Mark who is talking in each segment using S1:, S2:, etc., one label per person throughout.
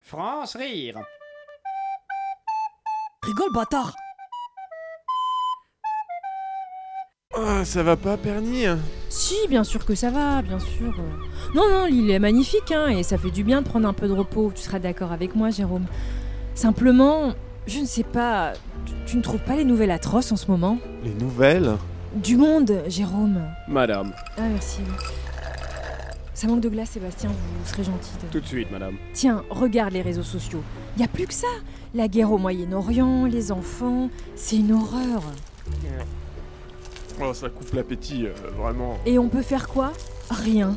S1: France rire.
S2: Rigole, bâtard
S3: Ah, ça va pas, Perny
S2: Si, bien sûr que ça va, bien sûr. Non, non, l'île est magnifique, hein, et ça fait du bien de prendre un peu de repos. Tu seras d'accord avec moi, Jérôme. Simplement, je ne sais pas, tu, tu ne trouves pas les nouvelles atroces en ce moment
S3: Les nouvelles
S2: Du monde, Jérôme.
S1: Madame,
S2: Ah, merci. Ça manque de glace, Sébastien, vous, vous serez gentil. de-
S1: tout de suite, madame.
S2: Tiens, regarde les réseaux sociaux. Il n'y a plus que ça. La guerre au Moyen-Orient, les enfants, c'est une horreur.
S3: Oh, ça coupe l'appétit, euh, vraiment.
S2: Et on peut faire quoi Rien.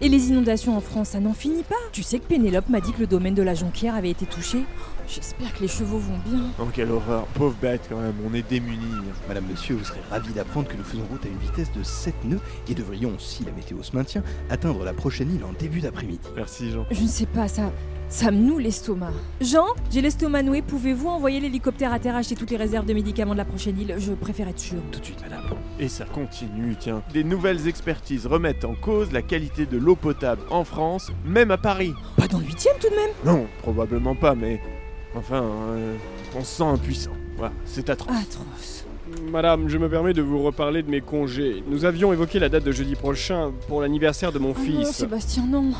S2: Et les inondations en France, ça n'en finit pas. Tu sais que Pénélope m'a dit que le domaine de la Jonquière avait été touché. J'espère que les chevaux vont bien.
S3: Oh, quelle horreur. Pauvre bête, quand même, on est démunis.
S4: Madame, monsieur, vous serez ravi d'apprendre que nous faisons route à une vitesse de 7 nœuds et devrions, si la météo se maintient, atteindre la prochaine île en début d'après-midi.
S3: Merci, Jean.
S2: Je ne sais pas, ça, ça me noue l'estomac. Jean, j'ai l'estomac noué. Pouvez-vous envoyer l'hélicoptère à terre acheter toutes les réserves de médicaments de la prochaine île Je préfère être sûre.
S4: Tout de suite, madame.
S3: Et ça continue, tiens. Des nouvelles expertises remettent en cause la qualité de l'eau potable en France, même à Paris.
S2: Pas dans le huitième tout de même.
S3: Non, probablement pas, mais. Enfin, euh, on se sent impuissant. Voilà, c'est atroce.
S2: Atroce.
S1: Madame, je me permets de vous reparler de mes congés. Nous avions évoqué la date de jeudi prochain pour l'anniversaire de mon
S2: Oh non,
S1: fils.
S2: Sébastien, non.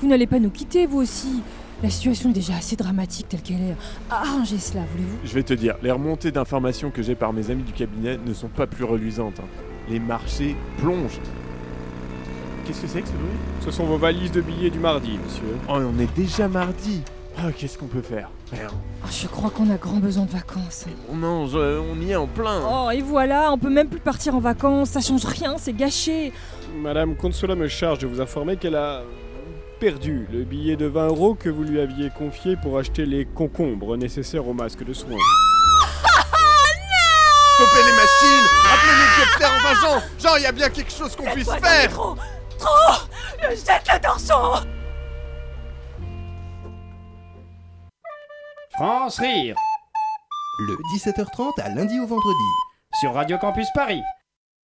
S2: Vous n'allez pas nous quitter, vous aussi. La situation est déjà assez dramatique telle qu'elle est. Arrangez cela, voulez-vous
S3: Je vais te dire, les remontées d'informations que j'ai par mes amis du cabinet ne sont pas plus reluisantes. hein. Les marchés plongent. Qu'est-ce que c'est que ce bruit
S1: Ce sont vos valises de billets du mardi, monsieur.
S3: Oh, et on est déjà mardi Ah, qu'est-ce qu'on peut faire Rien.
S2: Oh, Je crois qu'on a grand besoin de vacances.
S3: Mon ange, euh, on y est en plein
S2: Oh, et voilà, on peut même plus partir en vacances, ça change rien, c'est gâché.
S1: Madame Consola me charge de vous informer qu'elle a perdu le billet de 20 euros que vous lui aviez confié pour acheter les concombres nécessaires au masque de soins.
S3: Stoppez les machines Appelez l'hélicoptère en Jean Jean, il y a bien quelque chose qu'on puisse faire
S2: Trop Trop Jette le torchon
S1: France rire
S4: Le 17h30 à lundi au vendredi.
S1: sur Radio Campus Paris.